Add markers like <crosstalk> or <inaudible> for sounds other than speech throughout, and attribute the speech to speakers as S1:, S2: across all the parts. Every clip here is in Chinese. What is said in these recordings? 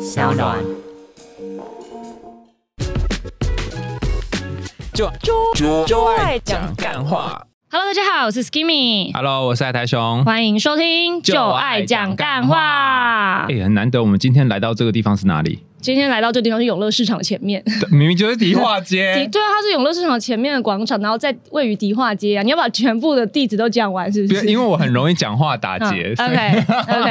S1: 小暖。
S2: 就就就就爱讲干话。
S1: Hello，大家好，我是 Skimmy，
S2: Hello，我是爱台熊。
S1: 欢迎收听《就爱讲干话》
S2: 哎、很难得，我们今天来到这个地方是哪
S1: <laughs>
S2: 里？
S1: 今天来到这地方是永乐市场前面，
S2: 明明就是迪化
S1: 迪
S2: 街。
S1: <laughs> 对啊，它是永乐市场前面的广场，然后在位于迪化街啊。你要把全部的地址都讲完，是不啊
S2: 因为
S1: 是？
S2: 因为我很容易讲话打结，所以
S1: 嗯 OK <laughs> OK，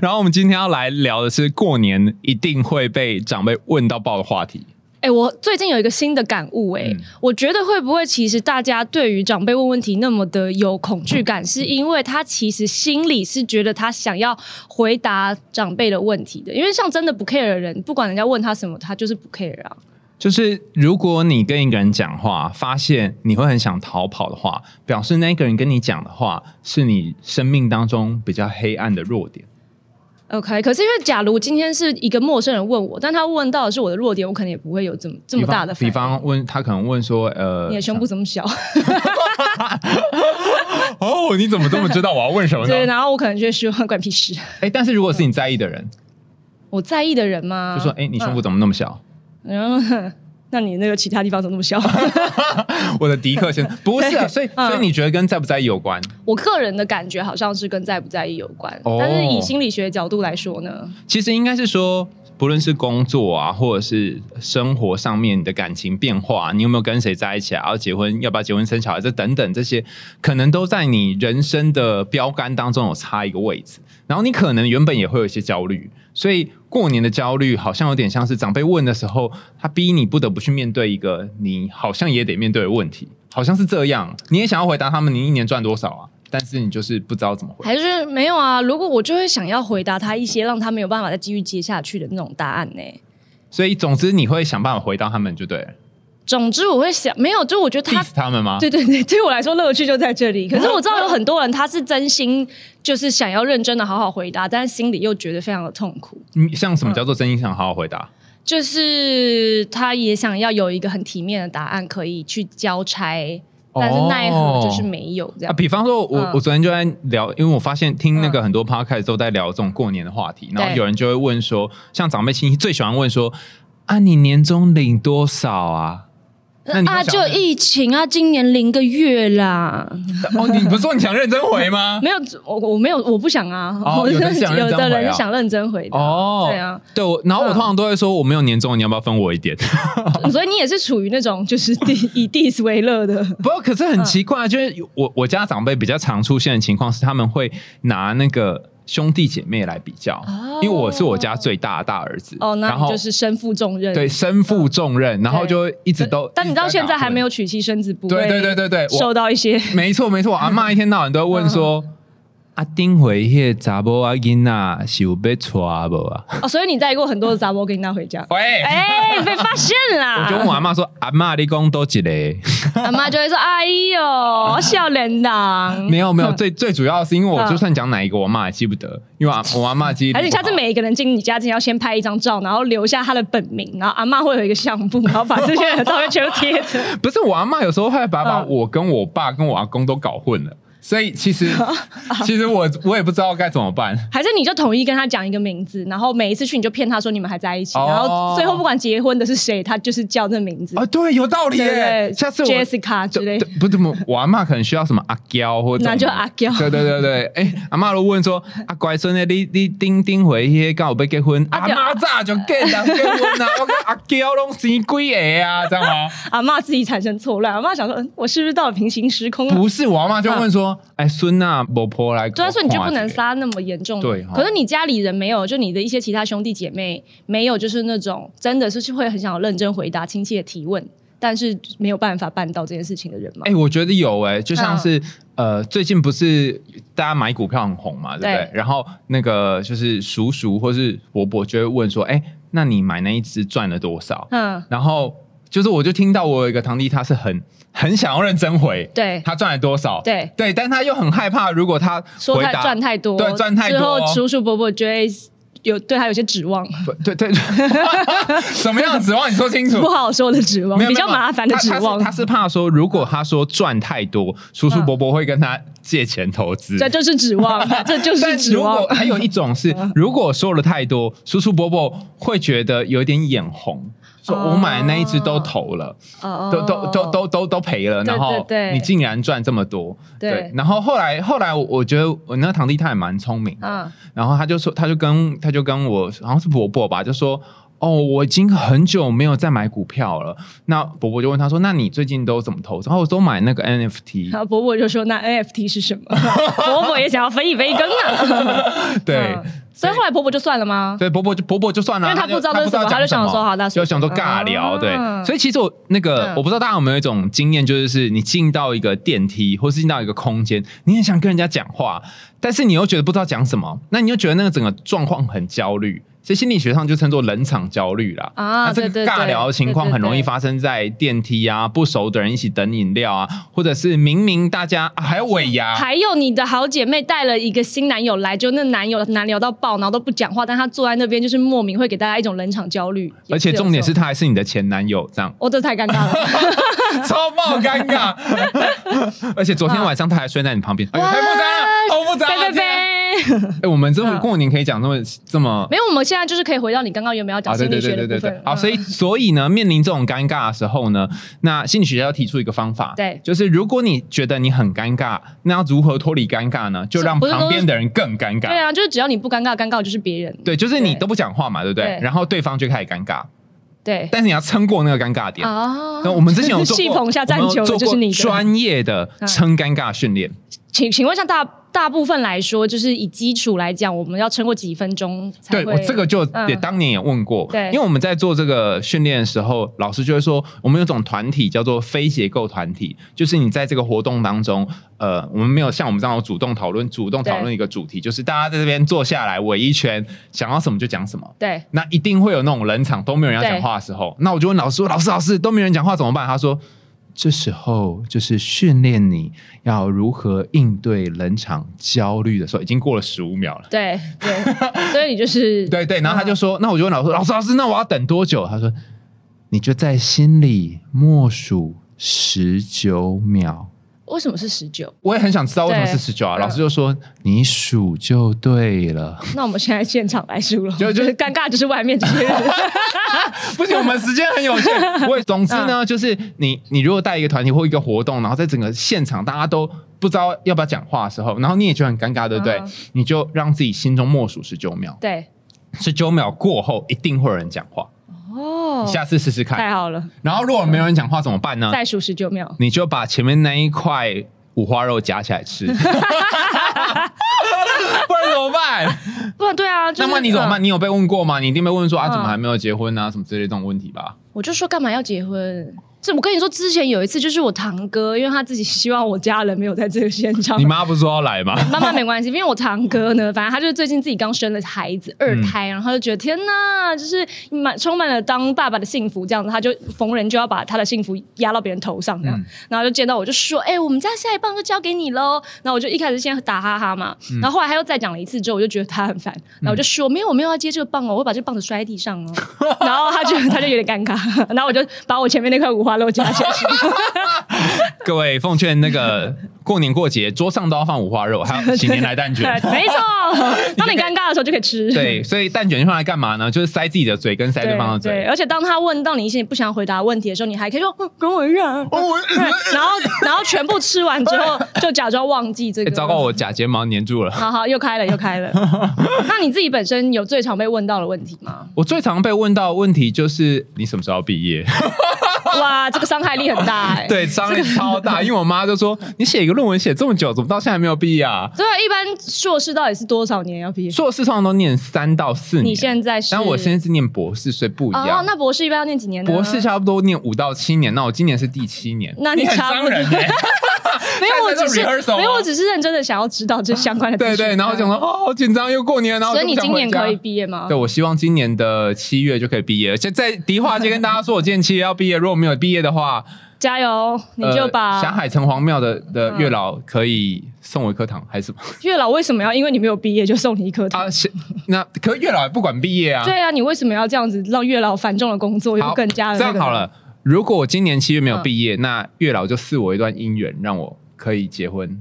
S2: 然后我们今天要来聊的是过年一定会被长辈问到爆的话题。
S1: 哎、我最近有一个新的感悟、哎、
S2: 嗯
S1: 我觉得会不会其实大家对于长辈问问题那么的有恐惧感，是因为他其实心里是觉得他想要回答长辈的问题的，因为像真的不 care 的人，不管人家问他什么，他就是不 care 啊。
S2: 就是如果你跟一个人讲话，发现你会很想逃跑的话，表示那个人跟你讲的话是你生命当中比较黑暗的弱点。
S1: OK，可是因为假如今天是一个陌生人问我，但他问到的是我的弱点，我可能也不会有这么这么大的
S2: 比方比
S1: 反
S2: 方问他可能问说，呃，
S1: 应你的胸部怎么小？
S2: 哦，你怎么这么知道我要问什
S1: <laughs>
S2: 么
S1: 对，
S2: 呢？
S1: 然后我可能就会说关屁事，
S2: 哎，但是如果是你在意的人，
S1: 我在意的人吗？
S2: 就说，哎，你
S1: 嗯
S2: 胸部怎么那么小？
S1: 然后哼那你那个其他地方怎么那么小？ <laughs>
S2: 我的迪克先不是啊，所以
S1: 嗯
S2: 所以你觉得跟在不在意有关？
S1: 我个人的感觉好像是跟在不在意有关，
S2: 哦
S1: 但是以心理学角度来说呢，
S2: 其实应该是说，不论是工作啊，或者是生活上面你的感情变化，你有没有跟谁在一起啊？要结婚，要不要结婚生小孩，这等等这些，可能都在你人生的标杆当中有差一个位置。然后你可能原本也会有一些焦虑，所以过年的焦虑好像有点像是长辈问的时候，他逼你不得不去面对一个你好像也得面对的问题，好像是这样。你也想要回答他们，你一年赚多少啊？但是你就是不知道怎么回答。
S1: 还是没有啊？如果我就会想要回答他一些让他没有办法再继续接下去的那种答案呢、
S2: 所以总之你会想办法回答他们就对了。
S1: 总之，我会想，没有，就我觉得他
S2: diss 他们吗？
S1: 对对对， <laughs> 对我来说乐趣就在这里。可
S2: 啊
S1: 是我知道有很多人他是真心就是想要认真的好好回答，但是心里又觉得非常的痛苦，
S2: 嗯像什么叫做真心想好好回答？
S1: 就是他也想要有一个很体面的答案可以去交差，但是
S2: 哦
S1: 奈何就是没有这
S2: 啊，
S1: 样。
S2: 比方说我，我、
S1: 嗯
S2: 昨天就在聊，因为我发现听那个
S1: 嗯
S2: 很多 podcast 都在聊这种过年的话题，然后
S1: 对
S2: 有人就会问说，像长辈亲戚最喜欢问说，啊，你年终领多少啊？ <laughs> 那你会
S1: 啊，
S2: 想
S1: 就疫情啊，今年零个月啦，
S2: 哦，你不是说你想认真回吗？
S1: <laughs> 没有，我我没有，我不想啊。
S2: 哦
S1: 我
S2: 有人想认
S1: 有
S2: 真
S1: 的
S2: 回啊
S1: 人想认真回答，
S2: 哦，
S1: 对啊，
S2: 对，我然后我通常都会说我没有年终，你要不要分我一点？ <laughs>
S1: 所以你也是处于那种就是 <laughs> 第以 dis 为乐的，
S2: 不过，可是
S1: 嗯
S2: 很奇怪，啊就是我我家长辈比较常出现的情况是，他们会拿那个兄弟姐妹来比较，
S1: 哦
S2: 因为我是我家最大的大儿子，
S1: 哦，那
S2: 然后
S1: 你就是身负重任，
S2: 对身负重任，然后就一直都，
S1: 嗯但你到现在还没
S2: 有，
S1: 有娶妻生子，不会
S2: 对对对对对，我
S1: 受到一些
S2: 没错没错，我阿妈一天到晚都会
S1: 嗯
S2: 问说。啊，丁回迄查某啊囡仔是有被娶无啊？。
S1: 哦，所以你带过很多的杂波给你拿回家
S2: <laughs> 喂，
S1: 哎、被发现
S2: 哦我就问我
S1: 啦！
S2: 阿妈说，阿妈你讲多一个？
S1: <laughs> 阿妈就会说：“哎
S2: 啊
S1: 呦，笑脸
S2: <laughs>
S1: 党。
S2: 没有没有，最最主要是因为我
S1: 嗯
S2: 就算讲哪一个，我妈也记不得，因为我阿我阿妈记忆”力
S1: 而且
S2: 不
S1: 下
S2: 好
S1: 次每一个人进你家之前要先拍一张照，然后留下他的本名，然后阿妈会有一个相簿， <laughs> 然后把这些人的照片全部贴着。
S2: <laughs> 不是我阿妈有时候会把把
S1: 嗯
S2: 我跟我爸跟我阿公都搞混了，所以其
S1: <laughs>
S2: 实其实我我也不知道该怎么办。
S1: 还是你就统一跟他讲一个名字，然后每一次去你就骗他说你们还在一起，
S2: 哦
S1: 然后最后不管结婚的是谁，他就是叫这名字。
S2: 啊，对，有道理
S1: 对不
S2: 耶
S1: 对！
S2: 下次我
S1: Jessica 之类
S2: 对，对不怎么，我阿妈可能需要什么阿娇或者
S1: 那就阿娇
S2: 对对对对，哎、阿妈如果问说阿乖孙的你你丁丁回去刚好被结婚，阿
S1: 啊对
S2: 妈早就结人结婚啦，我跟阿娇拢生几个啊，知道
S1: <laughs>
S2: 吗？
S1: 阿妈自己产生错乱，阿妈想说，嗯，我是不是到了平行时空啊？
S2: 不是，我阿妈就问说，哎、孙啊，婆婆来，
S1: 对啊，所以你就不能
S2: 看一下
S1: 杀那么严重的。
S2: 对哈
S1: 可是你家里人没有，就你的一些其他兄弟姐妹没有，就是那种真的是会很想要认真回答亲戚的提问，但是没有办法办到这件事情的人嘛。
S2: 哎、我觉得有哎、就像是、
S1: 嗯
S2: 呃，最近不是大家买股票很红嘛，对不对？
S1: 对
S2: 然后那个就是叔叔或是伯伯就会问说，哎、那你买那一只赚了多少？
S1: 嗯，
S2: 然后就是我就听到我有一个堂弟，他是很很想要认真回，
S1: 对
S2: 他赚了多少？
S1: 对
S2: 对，但他又很害怕，如果他
S1: 说
S2: 回
S1: 太
S2: 答
S1: 赚太多，
S2: 对赚太多
S1: 之后叔叔伯伯就会有对他有些指
S2: <laughs>
S1: 望，
S2: 不对对，对 <laughs> 什么样的指望你说清楚
S1: <laughs> 不。好说的指望
S2: 没，有
S1: 比较麻烦的指
S2: 没有他他是
S1: 望
S2: 他。是怕说，如果他说赚太多，叔叔伯伯会跟他借钱投资。
S1: 这就是指望，这就
S2: <laughs> 但
S1: 是指
S2: 如
S1: 望嗯
S2: 果。还有一种
S1: <laughs>
S2: 是，如果说了太多，叔叔伯伯会觉得有点眼红，说
S1: 哦
S2: 我买的那一只都投了，
S1: 哦
S2: 都都都都都都赔了，
S1: 对
S2: 然后
S1: 对对
S2: 你竟然赚这么多，
S1: 对
S2: 然后后来后来我我觉得我那个堂弟他也蛮聪明的，
S1: 啊，
S2: 然后他就说他就跟他就跟我好像是伯伯吧，就说。哦，我已经很久没有再买股票了。那伯伯就问他说：“那你最近都怎么投资？”然后我都买那个 NFT。
S1: 然后伯伯就说：“那 NFT
S2: <laughs>
S1: 是什么？”伯伯也想要分一杯羹啊。
S2: 对
S1: 嗯，所以后来婆婆就算了吗？
S2: <laughs> 对，伯伯就伯伯就算了，啊
S1: 因为他
S2: 就
S1: 不知道这是什
S2: 他不
S1: 么
S2: 知道
S1: 他
S2: 讲
S1: 就想说好那随
S2: 就想
S1: 便
S2: 说尬聊，
S1: 啊
S2: 对。所以其实我那个，
S1: 嗯
S2: 我不知道大家有没有一种经验，就是是你进到一个电梯，或是进到一个空间，你很想跟人家讲话，但是你又觉得不知道讲什么，那你又觉得那个整个状况很焦虑。所以心理学上就称作冷场焦虑啦。
S1: 啊
S2: 那这
S1: 对对
S2: 个
S1: 对
S2: 尬聊的情况
S1: 对对
S2: 很容易
S1: 对
S2: 发生在电梯啊，不熟的人一起等饮料啊，或者是明明大家、啊还有尾牙，
S1: 还有你的好姐妹带了一个新男友来，就那男友难聊到爆，然后都不讲话，但他坐在那边就是莫名会给大家一种冷场焦虑。
S2: 而且
S1: 也有
S2: 重点
S1: 这
S2: 是
S1: 种，
S2: 他还是你的前男友这样。
S1: 哦，这太尴尬
S2: <laughs>
S1: 了。
S2: 超爆尴
S1: <laughs>
S2: 尬。而且昨天晚上他还睡在你旁边，哎呦，太复杂了，好复杂
S1: 拜
S2: 了。
S1: 拜
S2: 这样
S1: 拜。
S2: 哎，我们这么过年可以讲这么这么。
S1: 没有，我们现在就是可以回到你刚刚原本要讲
S2: 啊对
S1: 心
S2: 对
S1: 理
S2: 对
S1: 学
S2: 对
S1: 的
S2: 对
S1: 部
S2: 对
S1: 分，。
S2: 好，
S1: 嗯
S2: 所以所以呢，面临这种尴尬的时候呢，那心理学家要提出一个方法，
S1: 对
S2: 就是如果你觉得你很尴尬，那要如何脱离尴尬呢？就让
S1: 不是
S2: 旁
S1: 都
S2: 边
S1: 是
S2: 的人更尴
S1: 对
S2: 尬，
S1: 啊，就是只要你不尴尬，尴尬就是别人。
S2: 对，就是你
S1: 对
S2: 都不讲话嘛，对不对
S1: 对？
S2: 然后对方就开始尴尬，
S1: 对
S2: 但是你要撑过那个尴尬点。
S1: 啊
S2: 那我们之前有
S1: <laughs>
S2: 做
S1: 戏
S2: 过，
S1: 棚下站
S2: 我们有
S1: 久
S2: 做
S1: 了就是
S2: 过
S1: 你的
S2: 专业的
S1: 嗯
S2: 撑尴尬训练。
S1: 请请问一下大大部分来说，就是以基础来讲，我们要撑过几分钟才
S2: 对
S1: 会？
S2: 我这个就也
S1: 嗯
S2: 当年也问过，
S1: 对
S2: 因为我们在做这个训练的时候，老师就会说，我们有种团体叫做非结构团体，就是你在这个活动当中，呃，我们没有像我们这样有主动讨论，主动讨论一个主题，就是大家在这边坐下来围一圈，想要什么就讲什么。
S1: 对
S2: 那一定会有那种冷场，都没有人要讲话的时候，那我就问老师说：“老师，老师，都没有人讲话怎么办？”他说：“这时候就是训练你要如何应对冷场焦虑的时候，已经过了十五秒了。”
S1: 对
S2: <laughs>
S1: 对，所以你就是
S2: 对对，然后他就
S1: 嗯
S2: 说，那我就问老师，老师老师，那我要等多久？他说，你就在心里默数十九秒。
S1: 为什么是十九？
S2: 我也很想知道为什么是
S1: 对
S2: 十九啊？
S1: 嗯
S2: 老师就说你数就对了， <laughs>
S1: 那我们现在现场来数了，
S2: 就就
S1: 就是尴尬，就是外面这
S2: <laughs>
S1: 些人。
S2: 不行，我们时间很有限。我也总之
S1: 嗯
S2: 呢，就是你你如果带一个团体或一个活动，然后在整个现场大家都不知道要不要讲话的时候，然后你也觉得很尴尬，对不对
S1: 嗯？
S2: 你就让自己心中默数十九秒，
S1: 对，
S2: 十九秒过后一定会有人讲话，
S1: 哦
S2: 你，下次试试看。
S1: 太好了，
S2: 然后如果没有人讲话怎么办呢？
S1: 再数十九秒。
S2: 你就把前面那一块五花肉夹起来
S1: <laughs>
S2: 吃，不然怎么办？
S1: 不然对啊，就是
S2: 那么你怎么办？
S1: 嗯
S2: 你有被问过吗？你一定被问说啊，
S1: 嗯
S2: 怎么还没有结婚啊，什么之类这种问题吧？
S1: 我就说干嘛要结婚？这我跟你说，之前有一次就是我堂哥，因为他自己希望我家人没有在这个现场
S2: 你。妈不是说要来
S1: <laughs>
S2: 吗？
S1: 妈妈没关系，因为我堂哥呢，反正他就是最近自己刚生了孩子
S2: 嗯
S1: 二胎，然后他就觉得天呐，就是满充满了当爸爸的幸福，这样子，他就逢人就要把他的幸福压到别人头上，这样，
S2: 嗯
S1: 然后就见到我就说，哎、我们家下一棒就交给你喽。然后我就一开始先打哈哈嘛，
S2: 嗯
S1: 然后后来他又再讲了一次之后，我就觉得他很烦，然后我就说、没有，我没有要接这个棒哦，我会把这个棒子摔在地上哦。 <laughs> 然后他就他就有点尴尬， <laughs> 然后我就把我前面那块五花肉夹起
S2: <laughs>
S1: 来吃，
S2: 各位奉劝那个过年过节桌上都要放五花肉，还有喜年来蛋
S1: 对 <laughs>
S2: 卷。
S1: 没错，当你尴尬的时候就可以吃。
S2: 对，所以蛋卷用来干嘛呢？就是塞自己的嘴跟塞对方的嘴。
S1: 而且当他问到你一些你不想回答的问题的时候，你还可以说嗯，跟我一样。 <laughs>
S2: 哦，我
S1: 对，然后然后全部吃完
S2: <laughs>
S1: 之后，就假装忘记这
S2: 哎
S1: 个。
S2: 糟糕，我假睫毛粘住了。
S1: 好好，又开了，又
S2: <laughs>
S1: 开了。那你自己本身有最常被问到的问题
S2: <laughs>
S1: 吗？
S2: 我最常被问到的问题就是你什么时候毕业？
S1: 哇，这个伤害力很大哎、 <laughs>
S2: 对，张力超大，因为我妈就说
S1: 嗯
S2: 你写一个论文写这么久，怎么到现在还没有毕业啊？
S1: 对啊，一般硕士到底是多少年要毕业？
S2: 硕士通常都念三到四年，
S1: 你现在是？
S2: 但我现在是念博士，所以不一
S1: 哦，
S2: 样。
S1: 那博士一般要念几年呢？
S2: 博士差不多念五到七年，那我今年是第七年，
S1: 那你
S2: 很
S1: 差
S2: 伤
S1: 不多
S2: 人
S1: <laughs>
S2: 欸
S1: 没有，我只是
S2: 现在在做 rehearsal 啊
S1: 没有，我只是认真的想要知道这相关的资
S2: 对
S1: 讯。
S2: 对，然后想说哦，好紧张，又过年了，然后
S1: 嗯所以
S2: 就
S1: 你
S2: 不想
S1: 今年
S2: 回家
S1: 可以。毕业吗？
S2: 对，我希望今年的七月就可以毕业。而且在迪化街跟大家说，我今年七月要毕业，如果没有毕业的话，
S1: <laughs> 加油，你就
S2: 呃
S1: 把嗯
S2: 霞海城隍庙的的月老可以送我一颗糖还是什么？
S1: 月老为什么要因为你没有毕业就送你一颗糖？
S2: 啊，是那可月老也不管毕业啊。
S1: 对啊，你为什么要这样子让月老繁重的工作又
S2: 好
S1: 更加的、
S2: 这样好？了，如果我今年七月没有毕业，那月老就赐我一段姻缘，让我可以结婚。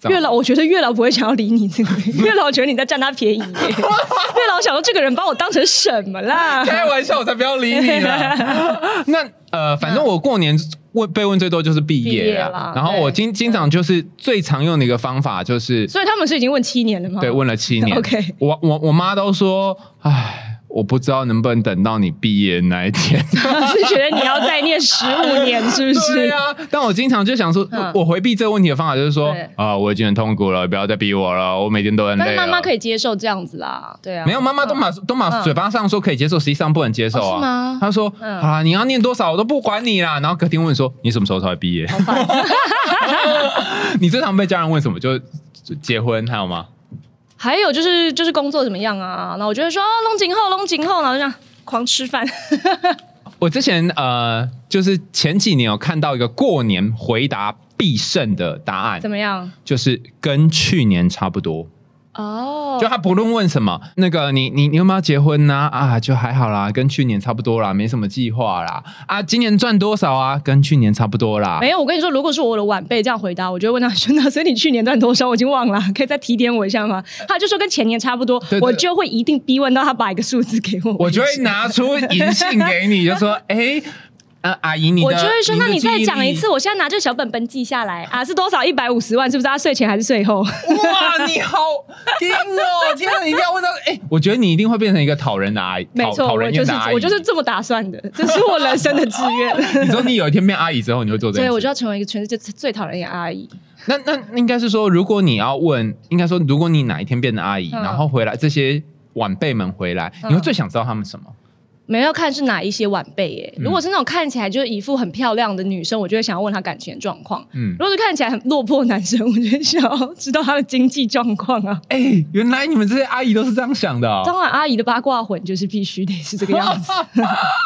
S2: 这样
S1: 月老，我觉得月老不会想要理
S2: <laughs>
S1: 你这个，月老觉得你在占他便宜耶。月老想说这个人把我当成什么啦？
S2: 开玩笑，我才不要理你
S1: <laughs>
S2: 了。那呃，反正我过年问被问最多就是毕
S1: 毕
S2: 业
S1: 业
S2: 啊
S1: 啦，
S2: 然后我经经常就是最常用的一个方法就是，
S1: 所以他们是已经问七年了吗？
S2: 对，问了七
S1: <laughs>
S2: 年。
S1: OK
S2: 我我我妈都说，唉，我不知道能不能等到你毕业那一天。
S1: 是觉得你要再念十五年，是不
S2: <laughs> 对
S1: 是？
S2: 啊，但我经常就想说，
S1: 嗯
S2: 我回避这个问题的方法就是说
S1: 对，
S2: 啊，我已经很痛苦了，不要再逼我了，我每天都很累
S1: 但是
S2: 了。
S1: 妈妈可以接受这样子啦，对啊。
S2: 没有，妈妈都马都马
S1: 嗯
S2: 嘴巴上说可以接受，实际上不能接受
S1: 哦是
S2: 啊
S1: 吗。
S2: 她说
S1: 嗯
S2: 啊，你要念多少我都不管你啦。然后隔天问说你什么时候才会毕业？
S1: <laughs> 好烦
S2: 你最常被家人问什么？就就结婚还有吗？
S1: 还有就是就是工作怎么样啊？然后我就会说啊，龙井后，龙井后，然后就这样狂吃饭。 <laughs>
S2: 我之前呃，就是前几年有看到一个过年回答必胜的答案
S1: 怎，么样？
S2: 就是跟去年差不多。
S1: 哦
S2: 就，他不论问什么，那个你你你有没有要结婚呐、啊？就还好啦，跟去年差不多啦，没什么计划啦。啊，今年赚多少啊？跟去年差不多啦。
S1: 没有，我跟你说，如果是我的晚辈这样回答，我就会问他说：“那所以你去年赚多少？我已经忘了， <laughs> 可以再提点我一下吗？”他就说跟前年差不多，
S2: 对
S1: 我就会一定逼问到他把一个数字给我。
S2: 我就会拿出银杏给你，就
S1: <laughs>
S2: 说：“哎、呃，阿姨，你的
S1: 我就会说：“那你再讲一。次，
S2: 的
S1: 我现在拿这个小本本记下来啊，是多少？一百五十万，是不是？他税前还是税后？”
S2: 记忆力”哇，你好硬哦！天啊，你一定要问到哎、我觉得你一定会变成一个讨人的阿姨，
S1: 没
S2: 讨
S1: 错，
S2: 讨
S1: 我
S2: 人
S1: 就
S2: 厌
S1: 是
S2: 的阿姨。
S1: 我就是这么打算的，这是我人生的志愿。
S2: 你说你有一天变阿姨之后，你会做这件
S1: 对，
S2: 事？
S1: 我就要成为一个全世界最讨人厌的阿姨。
S2: 那那那应该是说，如果你要问，应该说，如果你哪一天变成阿姨，
S1: 嗯
S2: 然后回来这些晚辈们回来，
S1: 嗯
S2: 你会最想知道他们什么？
S1: 没有要看是哪一些晚辈耶、
S2: 嗯
S1: 如果是那种看起来就是一副很漂亮的女生，我就会想要问她感情的状况；
S2: 嗯
S1: 如，果是看起来很落魄的男生，我就会想要知道他的经济状况啊。
S2: 哎、原来你们这些阿姨都是这样想的、哦。
S1: 当然，阿姨的八卦魂就是必须得是这个样
S2: <laughs>
S1: 子。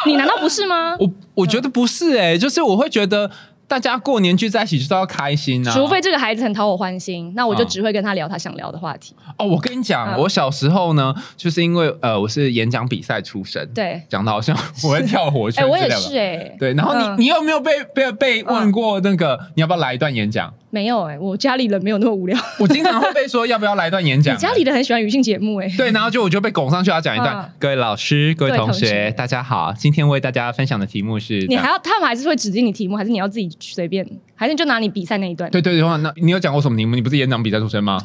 S1: 你难道不是吗？
S2: 我我觉得不是
S1: 嗯
S2: 哎、就是我会觉得大家过年聚在一起就是要开心啊。
S1: 除非这个孩子很讨我欢心，那我就
S2: 嗯
S1: 只会跟他聊他想聊的话题。
S2: 哦，我跟你讲，
S1: 嗯
S2: 我小时候呢，就是因为呃，我是演讲比赛出身，，
S1: 对，
S2: 讲的好像我会跳火
S1: 哎、
S2: 圈，
S1: 我也是。哎、
S2: 对，然后你、
S1: 嗯
S2: 你有没有被被被问过那个、你要不要来一段演讲？
S1: 没有哎、我家里人没有那么无聊。
S2: 我经常会被说要不要来一段演讲、
S1: 你家里的很喜欢娱乐节目哎、
S2: 对，然后就我就被拱上去要讲一段。
S1: 嗯
S2: 各位老师、各位
S1: 各位
S2: 同
S1: 同
S2: 学，
S1: 学
S2: 大家好，今天为大家分享的题目是
S1: 你还要他们还是会指定你题目，还是你要自己随便，还是你就拿你比赛那一段？
S2: 对对对话，那你有讲过什么题目？你不是演讲比赛出身吗？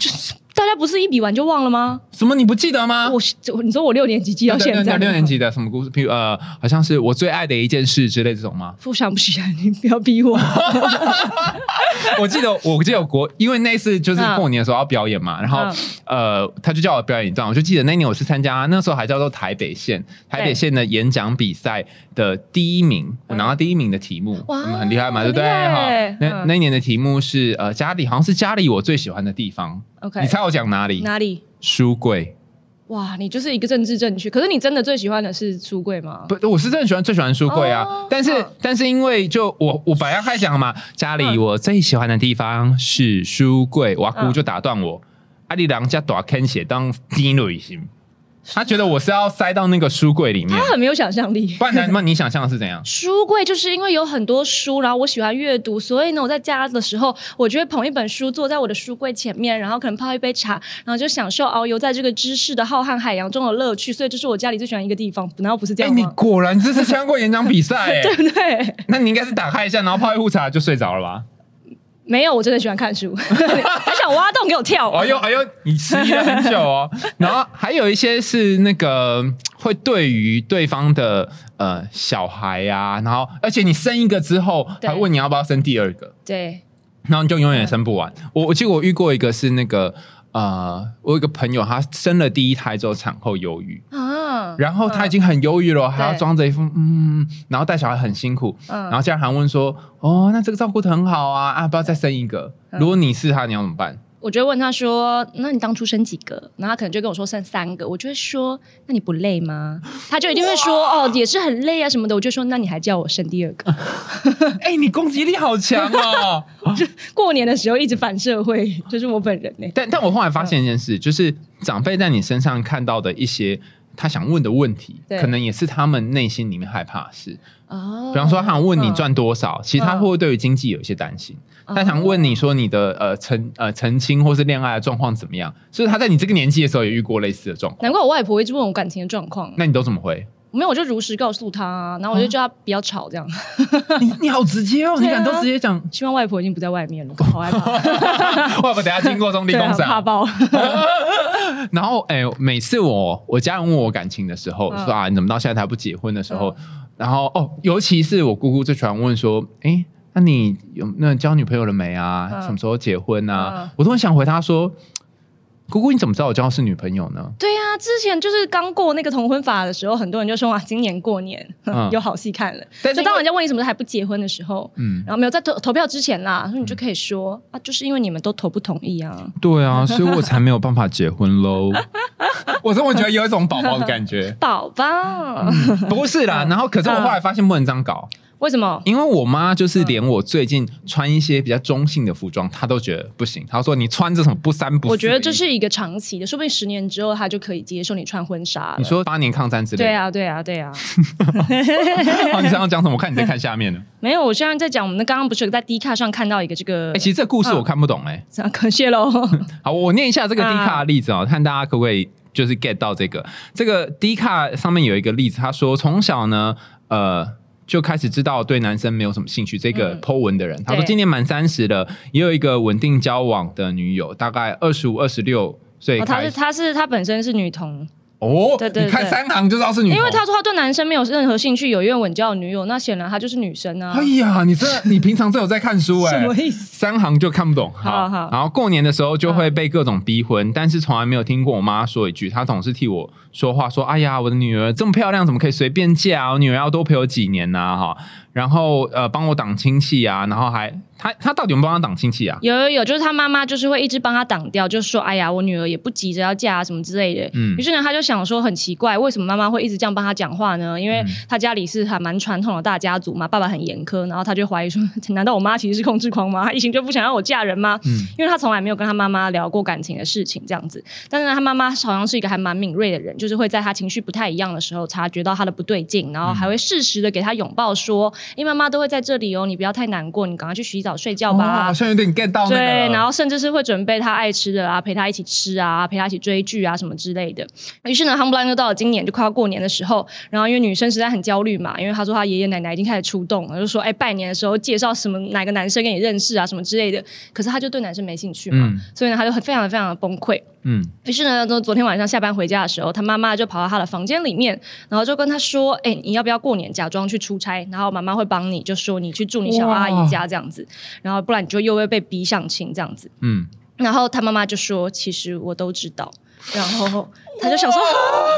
S1: 大家不是一比完就忘了吗？
S2: 什么你不记得吗？
S1: 我我你说我六年级记
S2: 啊对
S1: 到
S2: 对
S1: 现
S2: 对
S1: 在，
S2: 六年，级的什么故事？譬如呃，好像是我最爱的一件事之类这种
S1: <laughs>
S2: 吗？
S1: 我想不起来，你不要逼
S2: <laughs>
S1: 我。
S2: 我记得，我记得有国，因为那次就是过年的时候要表演
S1: 嗯
S2: 嘛，然后、呃，他就叫我表演一段，我就记得那年我是参加那时候还叫做台北县台北县的演讲比赛的第一名，我拿到第一名的题目，
S1: 嗯哇
S2: 嗯很厉害嘛，对
S1: 很
S2: 不对？
S1: 厉害
S2: 哈
S1: 耶，
S2: 那
S1: 嗯
S2: 那一年的题目是呃，家里好像是家里我最喜欢的地方，
S1: OK，
S2: 你猜我讲哪里？
S1: 哪里？
S2: 书柜。
S1: 哇，你就是一个政治正确，可是你真的最喜欢的是书柜吗？
S2: 不，我是真的喜欢最喜欢书柜啊，
S1: 哦
S2: 但是、
S1: 嗯
S2: 但是因为就我我本来要开讲嘛，家里
S1: 嗯
S2: 我最喜欢的地方是书柜，我阿姑
S1: 嗯
S2: 就打断我，阿里郎家大坑写当低旅行，他觉得我是要塞到那个书柜里面
S1: 他，很没有想象力。？
S2: 不然那么你想象的是怎样
S1: 书柜就是因为有很多书，然后我喜欢阅读，所以呢，我在家的时候，我就会捧一本书坐在我的书柜前面，然后可能泡一杯茶，然后就享受遨游在这个知识的浩瀚海洋中的乐趣。所以这是我家里最喜欢一个地方，难道不是这
S2: 哎、
S1: 样
S2: 你
S1: 吗？
S2: 果然这是参加过演讲比赛、哎
S1: <laughs> 对不对？
S2: 那你应该是打开一下，然后泡一壶茶就睡着了吧？
S1: 没有，我真的喜欢看书， <laughs> 还想挖洞给我跳。
S2: 哎呦哎呦，你迟疑了很久哦。然后还有一些是那个会对于对方的呃小孩呀、然后而且你生一个之后，
S1: 对嗯
S2: 还问你要不要生第二个，
S1: 对，
S2: 然后你就永远生不完。我我记得我遇过一个是那个呃，我有一个朋友，他生了第一胎之后产后忧郁，
S1: 啊，
S2: 然后他已经很忧郁了，哦还要
S1: 对
S2: 装着一副嗯，然后带小孩很辛苦，然
S1: 嗯，嗯
S2: 后家人还问说哦，那这个照顾的很好啊啊，不要再生一个。如果你是他，你要怎么办？ <laughs>
S1: 我就会问他说：“那你当初生几个？”然后他可能就跟我说生三个，我就会说：“那你不累吗？”他就一定会说：“哦，也是很累啊什么的。”我就说：“那你还叫我生第二个？
S2: 哎、你攻击力好强哦！ <laughs>
S1: 过年的时候一直反社会，就是我本人呢、
S2: 但但我后来发
S1: 嗯
S2: 现一件事，就是长辈在你身上看到的一些他想问的问题，
S1: 对
S2: 可能也是他们内心里面害怕的事。
S1: 哦，
S2: 比方说，他想问你赚多少，其实他会对于经济有一些担心。
S1: 嗯，
S2: 他想问你说你的呃成呃成亲或是恋爱的状况怎么样？所以他在你这个年纪的时候也遇过类似的状况，
S1: 难怪啊我外婆一直问我感情的状况，
S2: 那你都怎么回？
S1: <laughs> 没有我就如实告诉她啊，然后我就
S2: 哦
S1: 叫她不要吵，这样。 <laughs>
S2: 你你好直接哦，你
S1: 对啊，
S2: 敢都直接讲
S1: <laughs> 希望外婆已经不在外面了，好害怕，
S2: 我不等下经过 <laughs> 中立
S1: 对啊，
S2: 公司
S1: 怕
S2: 啊。
S1: 爆。
S2: 然后哎、每次我我家人问我感情的时候，
S1: 嗯
S2: 说啊你怎么到现在还不结婚的时候，然后哦，尤其是我姑姑最喜欢问说，哎、那你有那交女朋友了没啊？
S1: 嗯
S2: 什么时候结婚啊？
S1: 嗯
S2: 我都很想回答说，姑姑你怎么知道我交的是女朋友呢？
S1: 对呀、之前就是刚过那个同婚法的时候，很多人就说啊，今年过年、哼
S2: 嗯
S1: <laughs> 有好戏看了。
S2: 但是
S1: 所以
S2: 因
S1: 当
S2: 为
S1: 人家问你什么时候还不结婚的时候，
S2: 嗯，
S1: 然后没有在投投票之前啦，那你就可以说、啊，就是因为你们都投不同意啊。
S2: <laughs> 对啊，所以我才没有办法结婚喽。 <laughs> 我真的觉得有一种宝宝的感觉，
S1: 宝宝，
S2: 不是啦。然后，可是我后
S1: 嗯
S2: 来发现不能这样搞，
S1: <laughs> 为什么？
S2: 因为我妈
S1: 嗯
S2: 就是连我最近穿一些比较中性的服装，她都觉得不行。她说你穿这什么不三不四的衣服。
S1: 我觉得这是一个长期的，说不定十年之后他就可以接受你穿婚纱了。
S2: 你说八年抗战之类
S1: 对
S2: 的。
S1: 啊，对啊，对啊。
S2: <laughs> 哦你想要讲什么？我看你在看下
S1: <laughs>
S2: 面呢。
S1: 没有，我现在在讲，我们刚刚不是有在 D 卡上看到一个这个
S2: 哎，，其实这
S1: 嗯
S2: 故事我看不懂哎。
S1: 这样感
S2: <laughs>
S1: 谢喽。
S2: 好，我念一下这个
S1: 啊
S2: 低卡的例子哦，看大家可不可以就是 get 到这个。这个低卡上面有一个例子，他说从小呢，呃。就开始知道对男生没有什么兴趣，这个
S1: 嗯
S2: Po 文的人，他说
S1: 对
S2: 今年满三十了，也有一个稳定交往的女友，大概二十五、二十六岁
S1: 哦，他
S2: 开
S1: 是
S2: 始。
S1: 他是他本身是女童，
S2: 哦，
S1: 对对
S2: 你看
S1: 对
S2: 三行就知道是女，
S1: 因为他。说他对男生没有任何兴趣，有一位稳交的女友，那显然他就是女生啊
S2: 哎。呀，你这你平常这有在看书哎、
S1: 意思？
S2: 三行就看不懂。
S1: 好好
S2: 然后过年的时候就会被各种逼婚，但是从来没有听过我妈说一句，她总是替我说话，说：“哎呀，我的女儿这么漂亮，怎么可以随便嫁？啊我女儿要多陪我几年呐、哈，然后呃，帮我挡亲戚啊，然后还她她到底有没有帮她挡亲戚啊？
S1: 有有有，就是他妈妈就是会一直帮他挡掉，就说哎呀，我女儿也不急着要嫁啊什么之类的。
S2: 嗯
S1: 于是呢，他就想说很奇怪，为什么妈妈会一直这样帮他讲话呢？因为
S2: 嗯
S1: 他家里是还蛮传统的大家族嘛，爸爸很严苛，然后他就怀疑说，嗯难道我妈其实是控制狂吗？她一心就不想让我嫁人吗？
S2: 嗯
S1: 因为他从来没有跟他妈妈聊过感情的事情，这样子。但是呢，他妈妈好像是一个还蛮敏锐的人，就是会在他情绪不太一样的时候察觉到他的不对劲，然后
S2: 嗯
S1: 还会适时的给他拥抱，说：“因为妈妈都会在这里哦，你不要太难过，你赶快去洗澡睡觉
S2: 哦
S1: 吧。
S2: 好像有点 get 到那个了。
S1: 对，然后甚至是会准备他爱吃的啊，陪他一起吃啊，陪他一起追剧啊什么之类的。于是呢，夯不啷就到了今年就快要过年的时候，然后因为女生实在很焦虑嘛，因为她说她爷爷奶奶已经开始出动了，就说哎拜年的时候介绍什么哪个男生给你认识啊什么之类的。可是她就对男生没兴趣嘛，
S2: 嗯
S1: 所以呢，她就很非常的非常的崩溃。
S2: 嗯，
S1: 于是呢，昨昨天晚上下班回家的时候，她妈妈就跑到她的房间里面，然后就跟她说：“哎、你要不要过年假装去出差？然后妈妈会帮你，就说你去住你小阿姨家这样子，然后不然你就又会被逼相亲这样子。”
S2: 嗯，
S1: 然后他妈妈就说：“其实我都知道。”然后他就想说， <laughs> 啊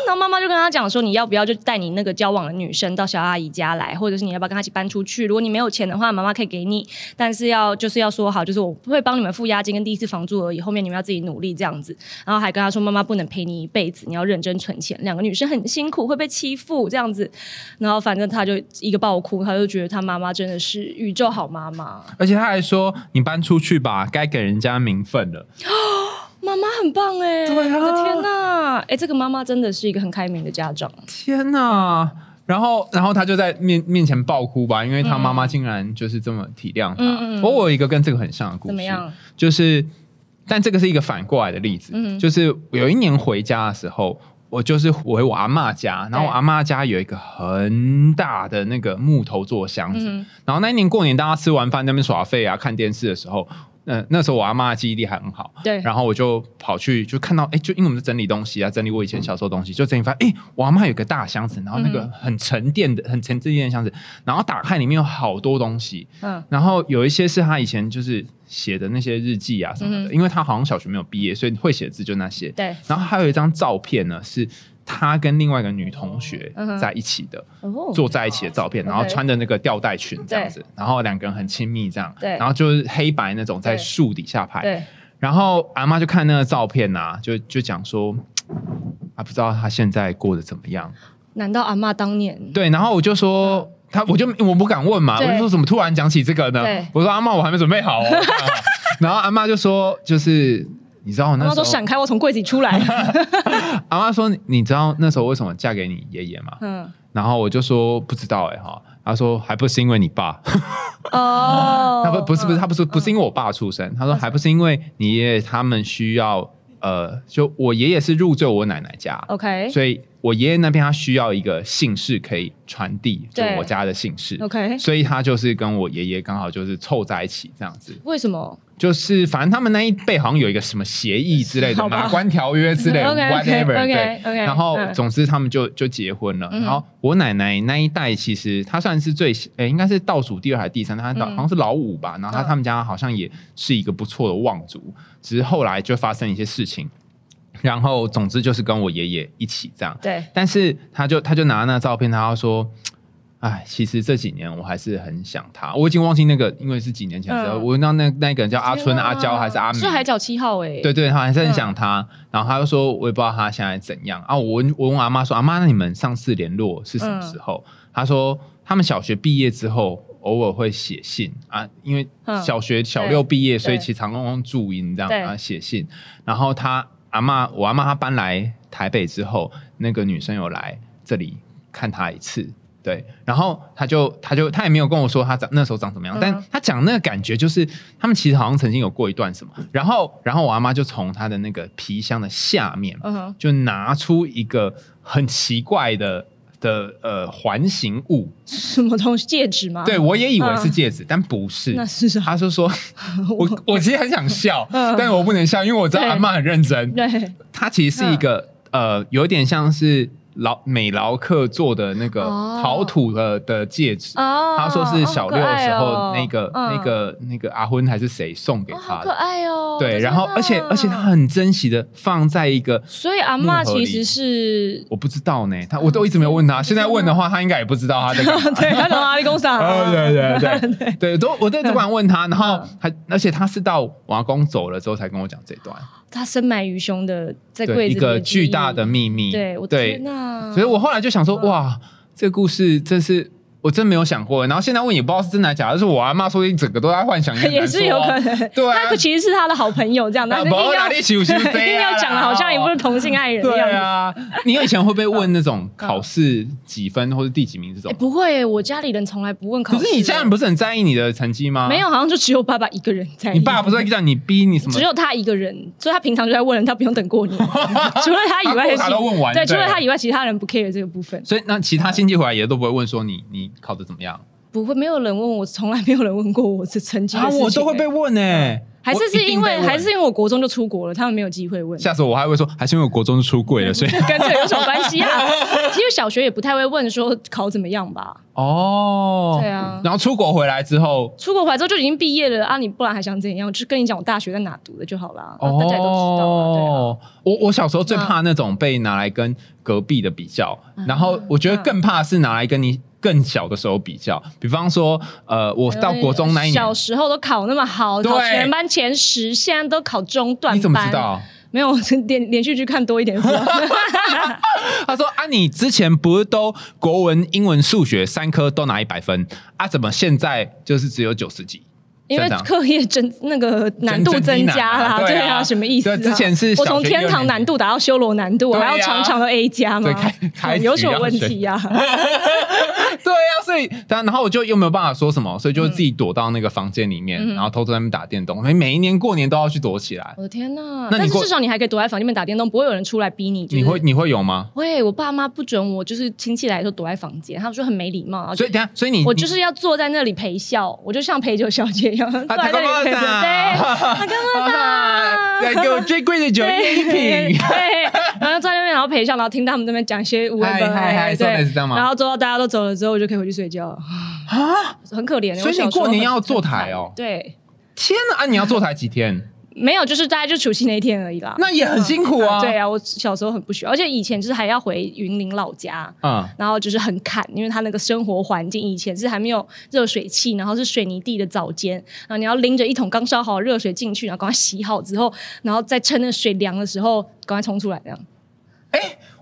S1: 然后妈妈就跟他讲说：“你要不要就带你那个交往的女生到小阿姨家来，或者是你要不要跟她一起搬出去？如果你没有钱的话，妈妈可以给你，但是要就是要说好，就是我不会帮你们付押金跟第一次房租而已，后面你们要自己努力这样子。”然后还跟他说：“妈妈不能陪你一辈子，你要认真存钱。两个女生很辛苦，会被欺负这样子。”然后反正他就一个爆哭，他就觉得他妈妈真的是宇宙好妈妈，
S2: 而且他还说你搬出去吧，该给人家名分了。
S1: 妈妈很棒哎、
S2: 对啊
S1: 我的天哪，哎、这个妈妈真的是一个很开明的家长，
S2: 天呐！然后，然后他就在面面前爆哭吧，因为他妈妈竟然就是这么体谅他。
S1: 嗯嗯嗯
S2: 不过我有一个跟这个很像的故事，
S1: 怎么样？
S2: 就是，但这个是一个反过来的例子，
S1: 嗯
S2: 就是有一年回家的时候，我就是回我阿嬷家，然后我阿嬷家有一个很大的那个木头做箱子，
S1: 嗯，
S2: 然后那一年过年大家吃完饭在那边耍废啊，看电视的时候，嗯、那时候我阿嬷的记忆力还很好，
S1: 对，
S2: 然后我就跑去就看到，哎，就因为我们在整理东西啊，整理我以前小时候东西，就整理发现，哎，我阿妈有个大箱子，然后那个
S1: 嗯
S2: 很沉淀的、很沉甸的箱子，然后打开里面有好多东西，
S1: 嗯
S2: 然后有一些是他以前就是写的那些日记啊什么
S1: 嗯
S2: 的，
S1: 哼
S2: 因为他好像小学没有毕业，所以会写字就那些。
S1: 对，
S2: 然后还有一张照片呢，是他跟另外一个女同学
S1: 嗯哼
S2: 在一起的，
S1: 哦，
S2: 坐在一起的照片，
S1: OK
S2: 然后穿着那个吊带裙这样子，然后两个人很亲密这样，
S1: 对
S2: 然后就是黑白那种在
S1: 对
S2: 树底下拍，
S1: 对，
S2: 然后阿妈就看那个照片呐、就就讲说，啊，不知道他现在过得怎么样。
S1: 难道阿嬷当年？
S2: 对，然后我就说。他我就我不敢问嘛，我
S1: 对
S2: 就说怎么突然讲起这个呢
S1: 对？
S2: 我说阿妈，我还没准备
S1: <laughs>
S2: 好、哦。然后阿妈就说，就是你知道我
S1: 阿
S2: 那
S1: 妈
S2: 时
S1: 说
S2: 候
S1: 闪开，我从柜子里出来。
S2: <laughs> 阿妈说：“你知道那时候为什么嫁给你爷爷吗
S1: 嗯，？”
S2: 然后我就说：“不知道哎、哈。”她说：“还不是因为你爸， <laughs>
S1: 哦，嗯
S2: 他不不是不是，他不是不是因
S1: 为
S2: 为我爸出生。”他说：“还不是因为你爷爷他们需要呃，就我爷爷是入赘我奶奶家，
S1: OK
S2: 所以我爷爷那边他需要一个姓氏可以传递，就
S1: 对
S2: 我家的姓氏，
S1: OK，
S2: 所以他就是跟我爷爷刚好就是凑在一起这样子。
S1: 为什么？
S2: 就是反正他们那一辈好像有一个什么协议之类的，
S1: <laughs> 好吧
S2: 马关条约之
S1: <laughs>
S2: 类的
S1: OK OK
S2: ，whatever 对
S1: OK 嗯 OK，
S2: 然后总之他们就就结婚了。
S1: 嗯
S2: 然后我奶奶那一代其实她算是最，诶、应该是倒数第二还是第三，她倒、
S1: 嗯
S2: 好像是老五吧。然后她
S1: 嗯
S2: 他们家好像也是一个不错的望族，只是后来就发生一些事情。然后总之就是跟我爷爷一起这样，
S1: 对，
S2: 但是他就他就拿那照片，他要说。哎，其实这几年我还是很想他，我已经忘记那个，因为是几年前的时候，
S1: 嗯
S2: 我那那那个人叫阿春、阿娇还是阿明，
S1: 是海角七号哎，
S2: 对对，他还是很想他。
S1: 嗯
S2: 然后他就说，我也不知道他现在怎样啊。我问我问阿妈说，阿妈，那你们上次联络是什么时候？
S1: 嗯
S2: 他说，他们小学毕业之后，偶尔会写信啊，因为
S1: 嗯
S2: 小学小
S1: 对
S2: 六毕业，所以
S1: 对
S2: 其实常常用注音这样
S1: 对
S2: 啊写信。然后他阿妈，我阿妈她搬来台北之后，那个女生有来这里看她一次。对，然后他就他就他也没有跟我说他长那时候长怎么样，
S1: 嗯
S2: 但他讲那个感觉就是他们其实好像曾经有过一段什么，然后然后我阿妈就从她的那个皮箱的下面
S1: 嗯哼，
S2: 就拿出一个很奇怪的的呃环形物，
S1: 什么东西戒指吗？
S2: 对，我也以为是
S1: 嗯
S2: 戒指，但不是，
S1: 那是啥？
S2: 他就
S1: <laughs>
S2: 说，我我其实很想笑，
S1: 嗯
S2: 但我不能笑，因为我知道
S1: 对嗯
S2: 阿妈很认真。
S1: 对，
S2: 它其实是一个、呃，有点像是劳美劳克做的那个
S1: 哦
S2: 陶土的的戒指。
S1: 哦，
S2: 他说是小六的时候，那个、
S1: 哦
S2: 那，个、那个阿昏还是谁送给
S1: 哦
S2: 他
S1: 好可
S2: 的？
S1: 爱哦，
S2: 对，然后
S1: 天哪
S2: 而且而且他，很珍惜的放在一个，
S1: 所以阿嬷
S2: 木盒里 <laughs>
S1: 其实是，
S2: 我不知道呢，他我都一直没有问他，现在问的话，他应该也不知道他在干
S1: <laughs>
S2: 嘛。
S1: 对，他懂阿里
S2: <laughs>
S1: 工厂，
S2: 哦对对对
S1: 对， <laughs>
S2: 对，都我
S1: 嗯
S2: 都只管问他，然后还而且他是到我阿公走了之后才跟我讲这段，
S1: 他深埋于胸的，在
S2: 对一
S1: 柜子里
S2: 个
S1: 的记忆
S2: 巨大的，秘密。
S1: 对我
S2: 对
S1: 天，哪，
S2: 所以我后来就想说，
S1: 嗯
S2: 哇，这故事真是我真没有想过。然后现在问也不知道是真的假的，就是我阿妈说一整个都在幻想，很
S1: <laughs> 也
S2: 难
S1: 是
S2: 说
S1: 有
S2: 哦
S1: 可。 <laughs> 能，
S2: 对啊
S1: 他其实是他的好朋 <laughs> 友这样，但
S2: 啊
S1: 是硬
S2: 不然哪
S1: 要
S2: 里起不
S1: <laughs>
S2: 起这样啊
S1: 一定要讲的好像也不是同性爱人的
S2: 对
S1: 样子。
S2: 啊，你以前会不会问那种考试几分或者第几名这种
S1: 哎？不会耶，我家里人从来不问考
S2: 可
S1: 试。
S2: 是你家人不是很在意你的成绩吗？
S1: 没，有，好像就只有爸爸一个人在意。
S2: 你爸不是会让你逼你什么
S1: 只？有他一个人，所以他平常就在问人，他不用
S2: <laughs>
S1: 等过年。除了他以外，
S2: 他过卡都问完
S1: 对，
S2: 对
S1: 除了他以外，其他人不 care 这个部分，
S2: 所以那其他亲戚回来也都不会问说你你考的怎么样
S1: 不会，没有人问我，从来没有人问过我是成绩的
S2: 啊？
S1: 事情
S2: 我都会被
S1: 哎
S2: 问哎，
S1: <laughs> 还是
S2: 我一
S1: 是
S2: 定
S1: 因为
S2: 被问
S1: 还是因为我国中就出国了，他们没有机会问。
S2: <laughs> 下次我还会说，还是因为我国中出柜了，
S1: <laughs>
S2: 所以
S1: 跟这有什么关系啊？其实小学也不太会问说考怎么样吧。
S2: 哦，
S1: 对啊
S2: 然后出国回来之后，
S1: 出国回来之后就已经毕业了啊，你不然还想怎样？就跟你讲我大学在哪读的就好啦，那哦大家也都知道啊。对啊
S2: 哦，我我小时候最怕那种被拿来跟隔壁的比较，
S1: 嗯
S2: 然后我觉得更怕是拿来跟你更小的时候比较，比方说，呃，我到国中那一年
S1: 小，时候都考那么好，
S2: 对
S1: 考全班前十，现在都考中段班。
S2: 你怎么知？道？
S1: 没有，我是连连续剧看多一点。是吧
S2: 他说啊，你之前不是都国文、英文、数学三科都拿一百分啊，怎么现在就是只有九十几？
S1: 因为
S2: 这样
S1: 课业增那个难度增加啦，
S2: 增增低难啊对
S1: 对
S2: 啊
S1: 啊，什么意思啊？
S2: 对之前是小学
S1: 我从天堂难度打到修罗难度，我
S2: 对啊
S1: 还要常常都 A 加吗
S2: 对开
S1: <laughs>
S2: 开？啊局
S1: 有什么问题啊呀？
S2: 对呀、所以但然后我就又没有办法说什么，所以就自己躲到那个房间里面，
S1: 嗯
S2: 然后偷偷在那边打电动。每每一年过年都要去躲起来。
S1: <laughs> 我的天哪！
S2: 那你
S1: 但是
S2: 过
S1: 至少你还可以躲在房间里面打电动，不会有人出来逼你。就是
S2: 你会你会有吗？
S1: 会，我爸妈不准我，就是亲戚来的时候躲在房间，他们说很没礼貌，然后就
S2: 所以等一下，所以你
S1: 我就是要坐在那里陪笑，我就像陪酒小姐一样
S2: 啊
S1: 坐在那里陪酒，对，
S2: 他
S1: 干 <laughs> 嘛
S2: 来给我最贵的酒一
S1: 对，
S2: 瓶。
S1: 对，然后坐在那边，然后陪笑，然后听他们那边讲一些无谓
S2: 嗨嗨嗨说类
S1: 对
S2: 似这样吗
S1: 然后之后大家都走了之后，我就可以回去睡觉了，
S2: 啊！
S1: 很可怜。
S2: 所以你
S1: 哎我小时候
S2: 过年
S1: 很
S2: 要坐台哦
S1: 很惨对，
S2: 天哪！啊，你要坐台几天？
S1: 没有，就是大概就除夕那一天而已啦。
S2: 那也很辛苦啊。
S1: 对啊啊，我小时候很不喜欢，而且以前就是还要回云林老家，
S2: 嗯，
S1: 然后就是很砍，因为他那个生活环境以前是还没有热水器，然后是水泥地的澡间，然后你要拎着一桶刚烧好的热水进去，然后赶快洗好之后，然后再趁那水凉的时候赶快冲出来，这样。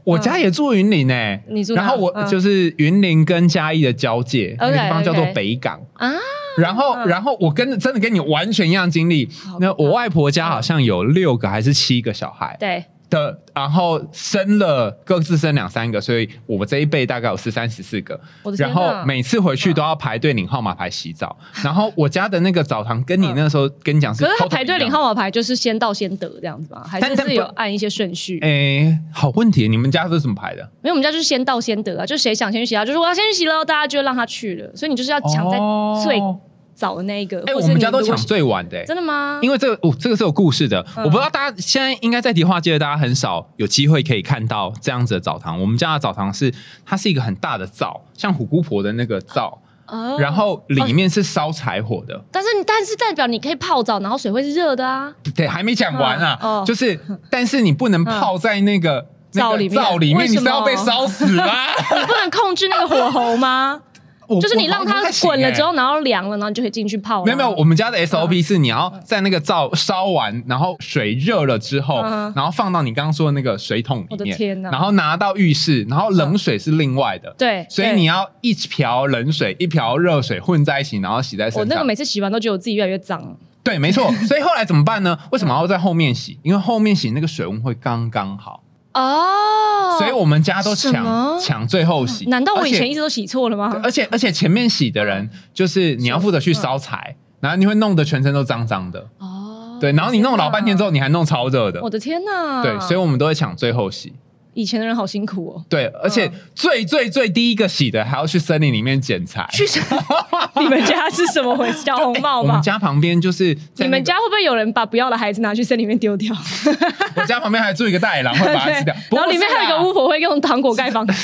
S2: 我家也住云林诶、
S1: 你住哪
S2: 然后我
S1: 嗯
S2: 就是云林跟嘉义的交界，那个
S1: OK，
S2: 地方叫做
S1: OK
S2: 北港
S1: 啊。
S2: 然后，然后我跟真的跟你完全一样经历
S1: 好。
S2: 那我外婆家好像有六个还是七个小孩
S1: 对，
S2: 的，然后生了各自生两三个，所以我这一辈大概有十三十四个。
S1: 我的天
S2: 然
S1: 哪
S2: 后每次回去都要排队领号码牌洗
S1: <laughs>
S2: 澡。然后我家的那个澡堂跟你那时候跟你讲是，
S1: 嗯可是他排队领。号码牌就是先到先得这样子吗？还
S2: 但
S1: 是
S2: 但不
S1: 是有按一些顺序？
S2: 哎，好问题，你们家是怎么排的？
S1: 没有，我们家就是先到先得啊，就谁想先去洗啊，就是我要先去洗喽，大家就会让他去了，所以你就是要抢在最
S2: 哦
S1: 早的那一个。
S2: 哎，
S1: 或
S2: 我
S1: 者是
S2: 们
S1: 你
S2: 家都
S1: 如果
S2: 抢
S1: 是
S2: 最晚的，哎
S1: 真的嗯吗？
S2: 因为这个，哦，这个是有故事的。我不知道大家现在应该在迪化街的，大家很少有机会可以看到这样子的澡堂。我们家的澡堂是它是一个很大的灶，像虎姑婆的那个灶，
S1: 哦
S2: 然后里面是烧柴火的。
S1: 但是你但是代表你可以泡澡，然后水会是热的啊。
S2: 对，还没讲完啊，
S1: 嗯哦嗯
S2: 就是，但是你不能泡在那个。那
S1: 灶
S2: 个
S1: 里面
S2: 灶里
S1: 为
S2: 面，
S1: 什
S2: 你
S1: 么
S2: 是要被烧死
S1: <laughs>
S2: 啦！
S1: 你不能控制那个火候吗？
S2: <laughs> 我
S1: 就是你让它滚了之，
S2: 我
S1: 后，然嗯后凉了，然后你就可以进去泡
S2: 哎欸
S1: 了。啊
S2: 没有没有，我们家的 SOP 是你要在那个灶烧完，然后水热了之后，
S1: 嗯
S2: 然后放到你刚刚说的那个水桶
S1: 我
S2: 里
S1: 的
S2: 面
S1: 天，哪嗯
S2: 然后拿到浴室，然后冷水是另外的，
S1: 对，
S2: 所以
S1: 对
S2: 你要一瓢冷水一瓢热水混在一起，然后洗在身
S1: 我那
S2: 上
S1: 个。每次洗完都觉得我自己越来越脏。
S2: 对，没错。 <laughs> 所以后来怎么办呢？为什么要在后面洗？因为后面洗那个水温会刚刚好，
S1: 哦，
S2: 所以我们家都
S1: 什
S2: 抢
S1: 么嗯
S2: 抢最后洗。
S1: 难道我以
S2: 而且
S1: 前一直都洗错了吗？
S2: 而且而且前面洗的人，就是你要负责去烧柴，然后你会弄得全身都脏脏的，
S1: 嗯哦，
S2: 呃对，然后你弄老半天之后，你还弄超热的
S1: 我，的天哪！
S2: 对，所以我们都会抢最后洗。
S1: 以前的人好辛苦哦。
S2: 对，而且最最最第一个洗的还要去森林里面捡柴。
S1: 去什 <laughs> 你们家是什么回事？小红帽
S2: 我
S1: 吧
S2: 们？家旁边就是在
S1: 你
S2: 那
S1: 们
S2: 个
S1: 家会不会有人把不要的孩子拿去森林里面丢掉？
S2: <laughs> 我家旁边还住一个大野狼，会把它吃掉
S1: <laughs> 。然后里面还有一个
S2: 屋，
S1: 巫婆会用糖果盖房子。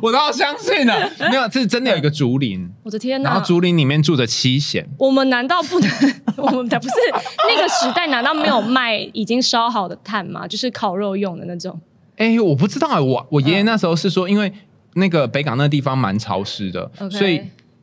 S2: 我倒相信了。没有，这真的有一个竹林，
S1: 我的天
S2: 然后
S1: 哪！
S2: 竹林里面住着七贤。
S1: 我们难道不能？ <laughs> 我们不是那个时代，难道没有卖已经烧好的炭吗？就是烤肉用的那种。
S2: 哎，我不知道哎，我我
S1: 嗯
S2: 爷爷那时候是说，因为那个北港那地方蛮潮湿的，
S1: OK
S2: 所以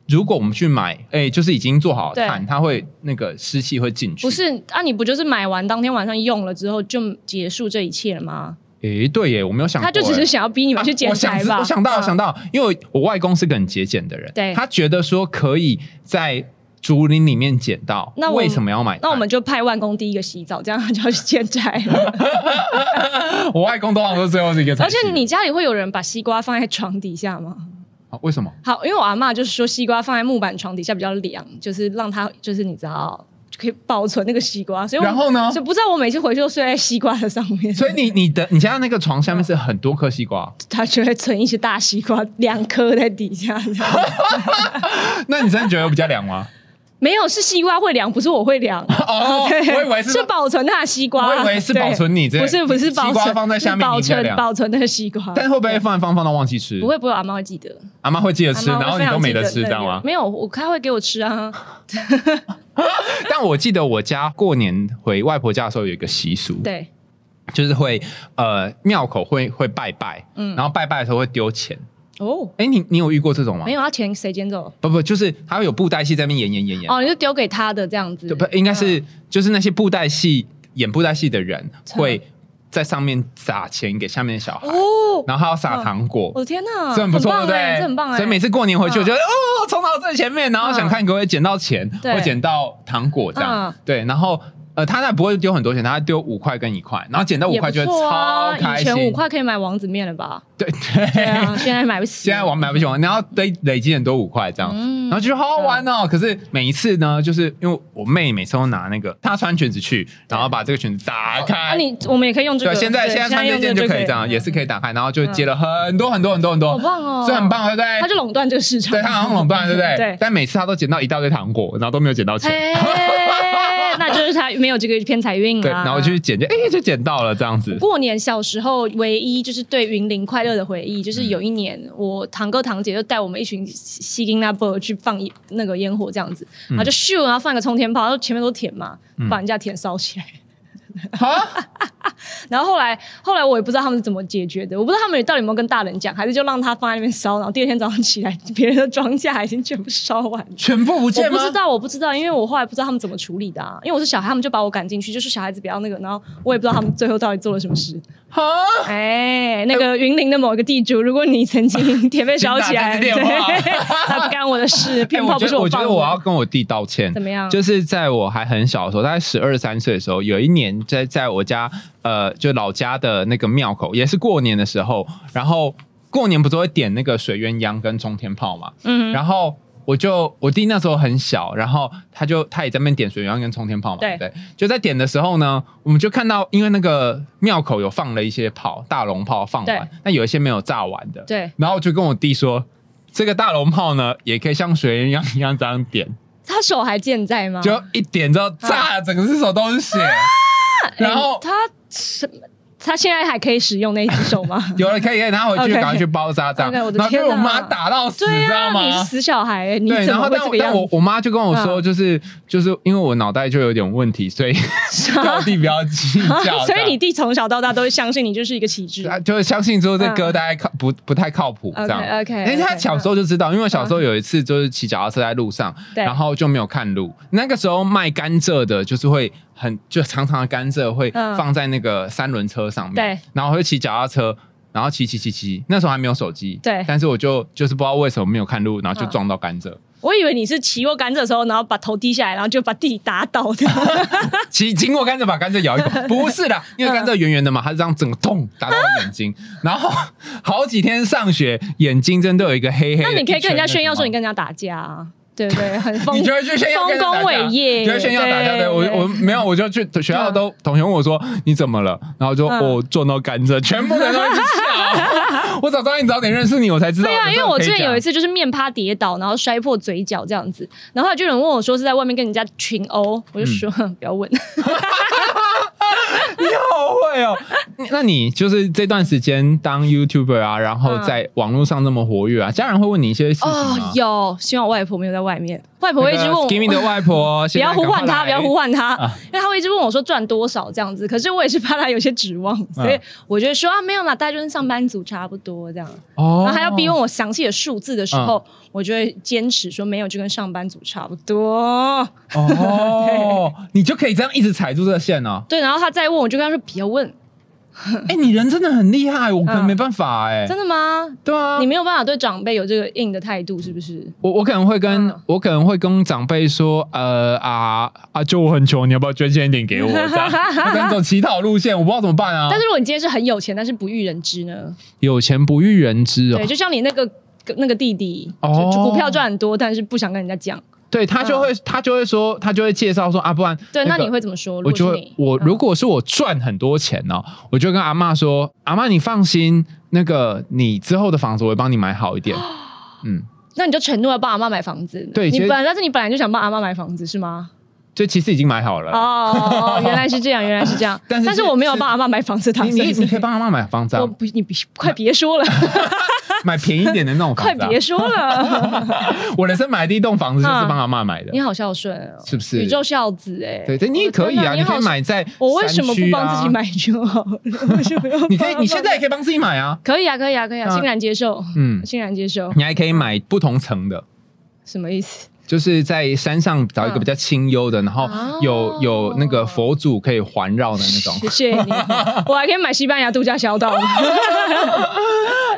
S2: 如果我们去买，哎，就是已经做好的
S1: 对
S2: 炭，它会那个湿气会进去。
S1: 不，是啊，你不就是买完当天晚上用了之后就结束这一切了吗？
S2: 哎，对耶，我没有想过
S1: 他
S2: 哎，
S1: 就只是想要逼你们去捡
S2: 啊
S1: 柴
S2: <laughs>
S1: 吧。
S2: 我想知我想到，我想
S1: 到，
S2: 到，因为我外公是个很节俭的人，
S1: 对
S2: 他觉得说可以在竹林里面捡到，
S1: 那我
S2: 为什么要买？
S1: 那我们就派万工第一个洗澡，这样他就要去捡柴了。
S2: <laughs> 我外公通常都是最后一个才
S1: <laughs> 而
S2: 洗，
S1: 且你家里会有人把西瓜放在床底下
S2: <laughs>
S1: 吗？
S2: 啊为什么？
S1: 好，因为我阿嬷就是说西瓜放在木板床底下比较凉，就是让它就是你知道就可以保存那个西瓜，所以我
S2: 然后呢
S1: 所以不知道我每次回去都睡在西瓜的上
S2: <laughs>
S1: 面，
S2: 所以你你的你家那个床下面是很多颗西
S1: <laughs>
S2: 瓜，
S1: 它就会存一些大西瓜，两颗在底下这样。
S2: <laughs> 那你真的觉得比较凉吗？
S1: 没有，是西瓜会凉，不是我会凉。 <laughs>
S2: 哦，我以为是
S1: 是保存它的西瓜，
S2: 我以为是保存你
S1: 对
S2: 这
S1: 不是不是
S2: 西瓜
S1: 保存
S2: 放在下面
S1: 是保
S2: 你才
S1: 存
S2: 凉
S1: 保存那个西瓜，
S2: 但会不会放一放放到忘记吃？
S1: 不，会不会，阿妈会记得，
S2: 阿妈会记得吃，
S1: 阿嬷
S2: 然后
S1: 会
S2: 你
S1: 非
S2: 都
S1: 常
S2: 没得
S1: 记
S2: 吃，
S1: 对
S2: 知道吗？
S1: 没有，我开会给我吃啊，
S2: 但我记得我家过年回外婆家的时候有一个习俗，
S1: 对，
S2: 就是会呃庙口会会拜拜，
S1: 嗯
S2: 然后拜拜的时候会丢钱。
S1: 哦，
S2: 哎，你你有遇过这种吗
S1: 没？有，他钱谁捡走？
S2: 不不，就是它会有布袋戏在那边演演演演，
S1: 哦，嗯你就丢给他的这样子
S2: 对，不哎应该是就是那些布袋戏演布袋戏的人
S1: 嗯
S2: 会在上面撒钱给下面的小孩，
S1: 哦，
S2: 然后还要撒糖果
S1: 我。的天哪，
S2: 这很不错，对
S1: 棒
S2: 不对
S1: 哎，？这很棒哎，
S2: 所以每次过年回去，
S1: 嗯
S2: 我觉得哦，冲到最前面，然后想看可不可以捡到钱，
S1: 对
S2: 或捡到糖果这样
S1: 嗯。
S2: 对，然后呃，他那不会丢很多钱，他丢五块跟一块，然后捡到五
S1: 也
S2: 块
S1: 不
S2: 就会
S1: 错
S2: 超
S1: 啊，
S2: 开
S1: 以前五
S2: 心。
S1: 块可以买王子面了吧？
S2: 对对
S1: 对啊，现在买不起，
S2: <laughs> 现在玩买不喜欢，然后累累积很多五块这样，
S1: 嗯啊
S2: 然后就说好好玩哦。可是每一次呢，就是因为我妹每次都拿那个，她穿裙子去，然后把这个裙子打
S1: 啊，
S2: 开。
S1: 你我们也可以用这
S2: 对，
S1: 个，
S2: 现在
S1: 对
S2: 现在穿这
S1: 用
S2: 件就可以这样，
S1: 嗯
S2: 也是可以打开，然后就接了很多很多很多很多，
S1: 好棒哦
S2: 这很棒，对不 <laughs> 对？
S1: 他就垄断这个市场，
S2: <laughs> 对他好像垄断，对不对？
S1: 对
S2: 但每次他都捡到一大堆糖果，然后都没有捡到钱。
S1: 哎，那就是他没有这个偏财运啊
S2: 对，
S1: 啦。
S2: 然后我就去捡，就哎就捡到了这样子。
S1: 过年小时候唯一就是对云林快乐的回忆，
S2: 嗯
S1: 就是有一年我堂哥堂姐就带我们一群西西金那波去放一那个烟火这样子，
S2: 嗯
S1: 然后就咻，然后放一个冲天炮，然后前面都舔嘛，把人家舔烧起来。 <laughs> 然后后来，后来我也不知道他们是怎么解决的，我不知道他们到底有没有跟大人讲，还是就让他放在那边烧，然后第二天早上起来，别人的庄稼已经全部烧完了。
S2: <laughs> 全部不
S1: 我
S2: 见
S1: 不
S2: 吗？
S1: 知道，我不知道，因为我后来不知道他们怎么处理的、啊，因为我是小孩，他们就把我赶进去，就是小孩子不要那个，然后我也不知道他们最后到底做了什么事。
S2: 啊
S1: 哎，那个云林的某一个地主，如果你
S2: <laughs>
S1: 曾经铁被烧起来，
S2: 真
S1: 对 <laughs>
S2: 打这支电话，
S1: 那不干我的
S2: <laughs>
S1: 事，
S2: 哎
S1: 鞭炮不
S2: 觉
S1: 是
S2: 得我觉
S1: 放
S2: 得
S1: 的。
S2: 我要跟我弟道歉。
S1: 怎么样？
S2: 就是在我还很小的时候，大概十二三岁的时候，有一年在在我家呃，就老家的那个庙口，也是过年的时候，然后过年不是会点那个水鸳鸯跟冲天炮嘛，
S1: 嗯，
S2: 然后。我就我弟那时候很小，然后他就他也在那边点水鸳鸯跟冲天炮嘛，
S1: 对
S2: 对，就在点的时候呢，我们就看到，因为那个庙口有放了一些炮，大龙炮放完
S1: 对，
S2: 那有一些没有炸完的，
S1: 对，
S2: 然后我就跟我弟说，这个大龙炮呢，也可以像水鸳鸯一样这样点，
S1: 他手还健在吗？
S2: 就一点之后炸，整个是手都是血。然后
S1: 啊哎他什么？他现在还可以使用那一只手吗？
S2: <laughs> 有人可以给他
S1: <laughs>
S2: 回去，
S1: 哦 OK
S2: 赶快去包扎这样。
S1: OK，
S2: 然
S1: 我的
S2: 后被
S1: 天哪啊
S2: 我妈打到死，
S1: 对
S2: 知道
S1: 呀、
S2: 吗
S1: 你？是死小孩、你
S2: 对，
S1: 怎
S2: 然
S1: 么
S2: 后
S1: 会
S2: 但
S1: 这
S2: 我
S1: 个样
S2: 但我
S1: 子？啊
S2: 我妈就跟我说，就是就是因为我脑袋就有点问题，
S1: <laughs>
S2: 所以 <laughs> 叫我弟不要计较。
S1: 所以你
S2: 弟
S1: 弟从小到大都会相信你啊就是一个奇智。
S2: 就是相信说这歌大概靠不不太靠谱这样。
S1: OK 嗯 OK，
S2: 因为哎他小时
S1: 候
S2: 候就知道，因为我小时候有一次就是骑脚踏车在路上，
S1: 对
S2: 然后就没有看路。那个时候卖甘蔗的，就是会很就长长的甘蔗会
S1: 嗯
S2: 放在那个三轮车上面，
S1: 对，
S2: 然后我会骑脚踏车，然后骑骑骑骑，那时候还没有手机，
S1: 对
S2: 但是我就就是不知道为什么没有看路，然后就
S1: 嗯
S2: 撞到甘蔗，
S1: 我以为你是骑过甘蔗的时候，然后把头低下来，然
S2: <laughs>
S1: 后就把弟打倒的。
S2: 骑经过甘蔗把甘蔗
S1: <laughs>
S2: 咬一口，不是的，因为甘蔗
S1: 嗯
S2: 圆圆的嘛，它是这样整个痛打到我眼睛，然后 <laughs> 好几天上学眼睛真的有一个黑黑的
S1: 那
S2: 一圈那
S1: <laughs> 你可以跟人家
S2: 个
S1: 炫耀
S2: 什
S1: 说
S2: 么
S1: 你跟人家打架、啊，对不对？很
S2: <laughs>
S1: 疯
S2: 你就会去炫耀跟人
S1: 丰
S2: 家打
S1: 功
S2: 架
S1: 伟业，
S2: 就会炫耀打架。对我，我没有，我就去学校都同学问我说你怎么了，然后就
S1: 嗯
S2: 我撞到甘蔗，全部人都一直
S1: <laughs>
S2: 笑。我早知道你早点认识你，我才知道。
S1: 对啊，因为
S2: 我
S1: 我之前有一
S2: 次
S1: 次就是面趴跌倒，然后摔破嘴角这样子，然后后来就有人问我说是在外面跟人家群殴，我就说、 <laughs>
S2: 嗯
S1: 不要问。
S2: 你好会
S1: <laughs>
S2: 哦。那你就是这段时间当 YouTuber 啊，然后
S1: 嗯
S2: 在网络上这么活跃啊，家人会问你一些事情
S1: 哦
S2: 吗，？
S1: 有，希望我外婆没有在外面，外婆会一直问我。
S2: 啊 Skimmy 的外
S1: <laughs>
S2: 婆，
S1: 不要呼唤他，不要呼
S2: 唤。
S1: 唤他，
S2: 啊
S1: 因为他会一直问我说赚多少这样子。可是我也是怕他有些指望，所以我就说啊没有啦，大家就是上班族差不多这样。
S2: 哦啊
S1: 然后他要逼问我详细的数字的时候，我就会坚持说没有，就跟上班族差不多。 <laughs>
S2: 哦，你就可以这样一直踩住这个线哦。
S1: 对，然后他再问，我就跟他说别问，
S2: 哎，你人真的很厉害，我可能
S1: 嗯
S2: 没办法哎。
S1: 真的吗？
S2: 对啊，
S1: 你没有办法对长辈有这个硬的态度，是不是？
S2: 我我可能会跟、
S1: 嗯
S2: 我可能会跟长辈说，呃啊啊，就我很穷，你要不要捐献一点
S1: <laughs>
S2: 给我？这样，我可能走乞讨路线，我不知道怎么办啊。
S1: 但是如果你今天是很有钱，但是不遇人知呢？
S2: 有钱不欲人知哦
S1: 对，，就像你那个那个弟弟，就
S2: 哦
S1: 就股票赚很多，但是不想跟人家讲。
S2: 对他就会、他就会说他就会介绍说啊，不然
S1: 嗯对，
S2: 那
S1: 那
S2: 个
S1: 你会怎么说？
S2: 我
S1: 如
S2: 就
S1: 果是
S2: 会
S1: 你，嗯
S2: 我如果是我赚很多钱哦，我就跟阿嬷说，阿嬷你放心，那个你之后的房子我会帮你买好一
S1: <gasps>
S2: 点。嗯，
S1: 那你就承诺要帮阿妈买房子。
S2: 对
S1: 你
S2: 其实
S1: 本来但是你本来就想帮阿妈买房子是吗？
S2: 就其实已经买好了。
S1: 哦哦，哦原来是这样，原来是这样。
S2: 呃 <laughs> 但是
S1: 我没有帮阿妈买房子，打
S2: 你
S1: 算
S2: 你你可以帮阿嬷买房子、啊
S1: 我，不，你别快
S2: <laughs>
S1: 别说了，
S2: 买便宜一点的那种
S1: <laughs> 快
S2: 房子、啊。
S1: 别
S2: <laughs>
S1: 说了。
S2: 我人生买的第一栋房子就是
S1: 嗯
S2: 帮阿嬷买的。
S1: 你好孝顺哦，
S2: 是不是
S1: 宇宙孝子哎？
S2: 对对，你也可以啊，
S1: 我的天哪
S2: 你可以。
S1: 好
S2: 买在、啊
S1: 我为什么不帮自己？买就好了？为什
S2: <laughs>
S1: 么要帮阿嬷买？
S2: 你可以，你现在也可以帮自己买啊。
S1: 可以啊，可以啊，可以啊，
S2: 嗯
S1: 欣然接受，
S2: 嗯，
S1: 欣然接受，
S2: 你还可以买不同层的，
S1: 什么意思？
S2: 就是在山上找一个
S1: 嗯
S2: 比较清幽的，然后
S1: 哦
S2: 有有那个佛祖可以环绕的那种
S1: 谢。谢你，我还可以买西班牙度假小岛。
S2: <laughs>
S1: <laughs>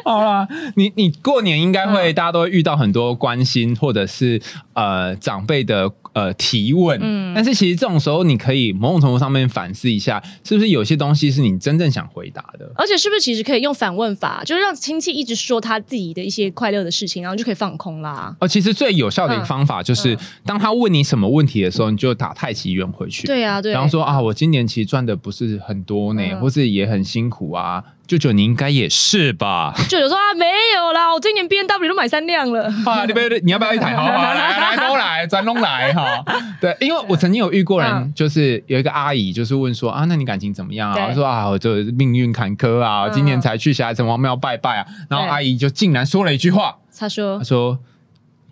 S2: 好啦，你你过年应该
S1: 嗯
S2: 会，大家都会遇到很多关心或者是呃长辈的呃提问，嗯，
S1: 嗯
S2: 但是其实这种时候，你可以某种程度上面反思一下，是不是有些东西是你真正想回答的？
S1: 而且是不是其实可以用反问法，就是让亲戚一直说他自己的一些快乐的事情，然后就可以放空啦。
S2: 哦，其实最有效的一个
S1: 嗯
S2: 方法就是，当他问你什么问题的时候，你就打太极圆回去。
S1: 对啊，对。
S2: 然后说啊，我今年其实赚的不是很多呢，
S1: 嗯
S2: 或是也很辛苦啊，舅舅，你应该也是吧？ <laughs>
S1: 舅舅说啊，没有啦，我今年 B N W 都买三辆了。
S2: 啊，你不
S1: <laughs>
S2: 要，你要不要一台？好啊，来来都来，咱都来哈。对，因为我曾经有遇过人，
S1: 嗯
S2: 就是有一个阿姨，就是问说啊，那你感情怎么样啊？
S1: 对
S2: 我说啊，我这命运坎坷啊，
S1: 嗯
S2: 今年才去霞城隍庙拜拜啊。然后
S1: 对
S2: 阿姨就竟然说了一句话，
S1: 他说
S2: 她说：“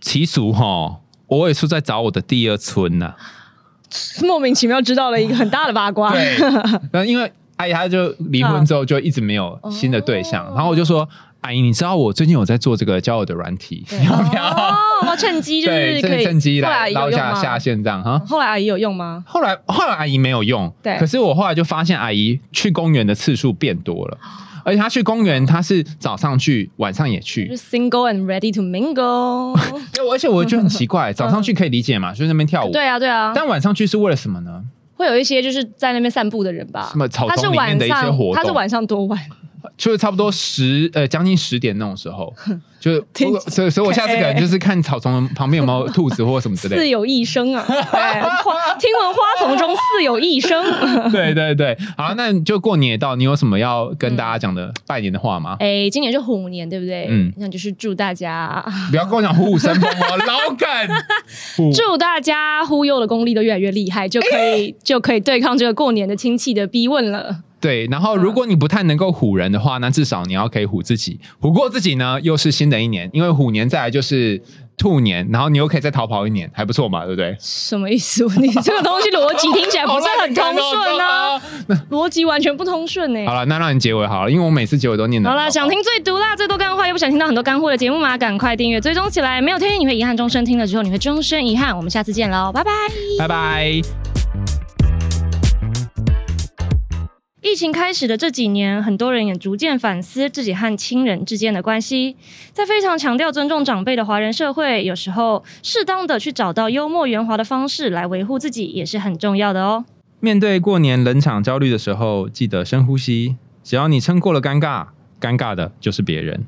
S2: 其俗哈，我也是在找我的第二春啊呐、
S1: 莫名其妙知道了一个很大的八
S2: <laughs>
S1: 卦。哦 <laughs>
S2: 对，然后因为阿姨她就离婚之后就一直没有新的对象，
S1: 哦
S2: 然后我就说。阿姨，你知道我最近有在做这个交友的软体，你 <laughs> 要不要？
S1: 哦，我要趁机就
S2: 对，
S1: 是
S2: 趁
S1: 可以
S2: 趁机
S1: 后来
S2: 来
S1: 有
S2: 捞一
S1: 用
S2: 下
S1: 吗
S2: 下线这样哈。
S1: 后来阿姨有用吗？
S2: 后来后来阿姨没有用，
S1: 对
S2: 可是我后来就发现阿姨去公园的次数变多了，
S1: 哦
S2: 而且她去公园，她是早上去，晚上也
S1: 就 <laughs>
S2: 去。
S1: 是 single and ready to
S2: <laughs>
S1: mingle。
S2: 对我而且我觉得很奇怪，早上去可以理解嘛，就是那边跳舞。
S1: 嗯对啊，对啊，
S2: 但晚上去是为了什么呢？
S1: 会有一些就是在那边散步的人吧。
S2: 什么草
S1: 他是
S2: 丛里面
S1: 晚
S2: 的一些
S1: 上
S2: 活动，
S1: 他是晚上多晚？
S2: 就是差不多十呃将近十点那种时候，就是
S1: 听
S2: 我所以所以我下次可能就是看草丛旁边有没有兔子或什么之类
S1: 似
S2: 的。
S1: 有一
S2: <laughs>
S1: 生啊，对花听闻花丛中似有一生。 <laughs>
S2: 对对对，好，那就过年也到，你有什么要跟大家讲的拜年的话吗？
S1: 哎，今年是虎年，对不对？
S2: 嗯
S1: 嗯，那就是祝大家，
S2: 不要跟我讲虎虎生风哦，老梗。虎
S1: 祝大家忽悠的功力都越来越厉害，就
S2: <laughs>
S1: 可以就可以对抗这个过年的亲戚的逼问了。
S2: 对，然后如果你不太能够唬人的话，那至少你要可以唬自己，唬过自己呢，又是新的一年，因为虎年再来就是兔年，然后你又可以再逃跑一年，还不错嘛，对不
S1: <laughs>
S2: 对？
S1: 什么意思？你这个东西逻辑听起来不是很通顺啊，
S2: 啊。
S1: 逻辑完全不通顺哎、
S2: 好了，那让你结尾好了，因为我每次结尾都念的。
S1: 嗯好啦，想听最毒辣、最多干货，又不想听到很多干货的节目吗？赶快订阅追踪起来，没有听你会遗憾终身，听了之后你会终身遗憾。我们下次见喽，拜拜！
S2: 拜拜。
S1: 疫情开始的这几年，很多人也逐渐反思自己和亲人之间的关系。在非常强调尊重长辈的华人社会，有时候适当的去找到幽默圆滑的方式来维护自己，也是很重要的哦。
S2: 面对过年冷场焦虑的时候，记得深呼吸，只要你撑过了尴尬，尴尬的就是别人。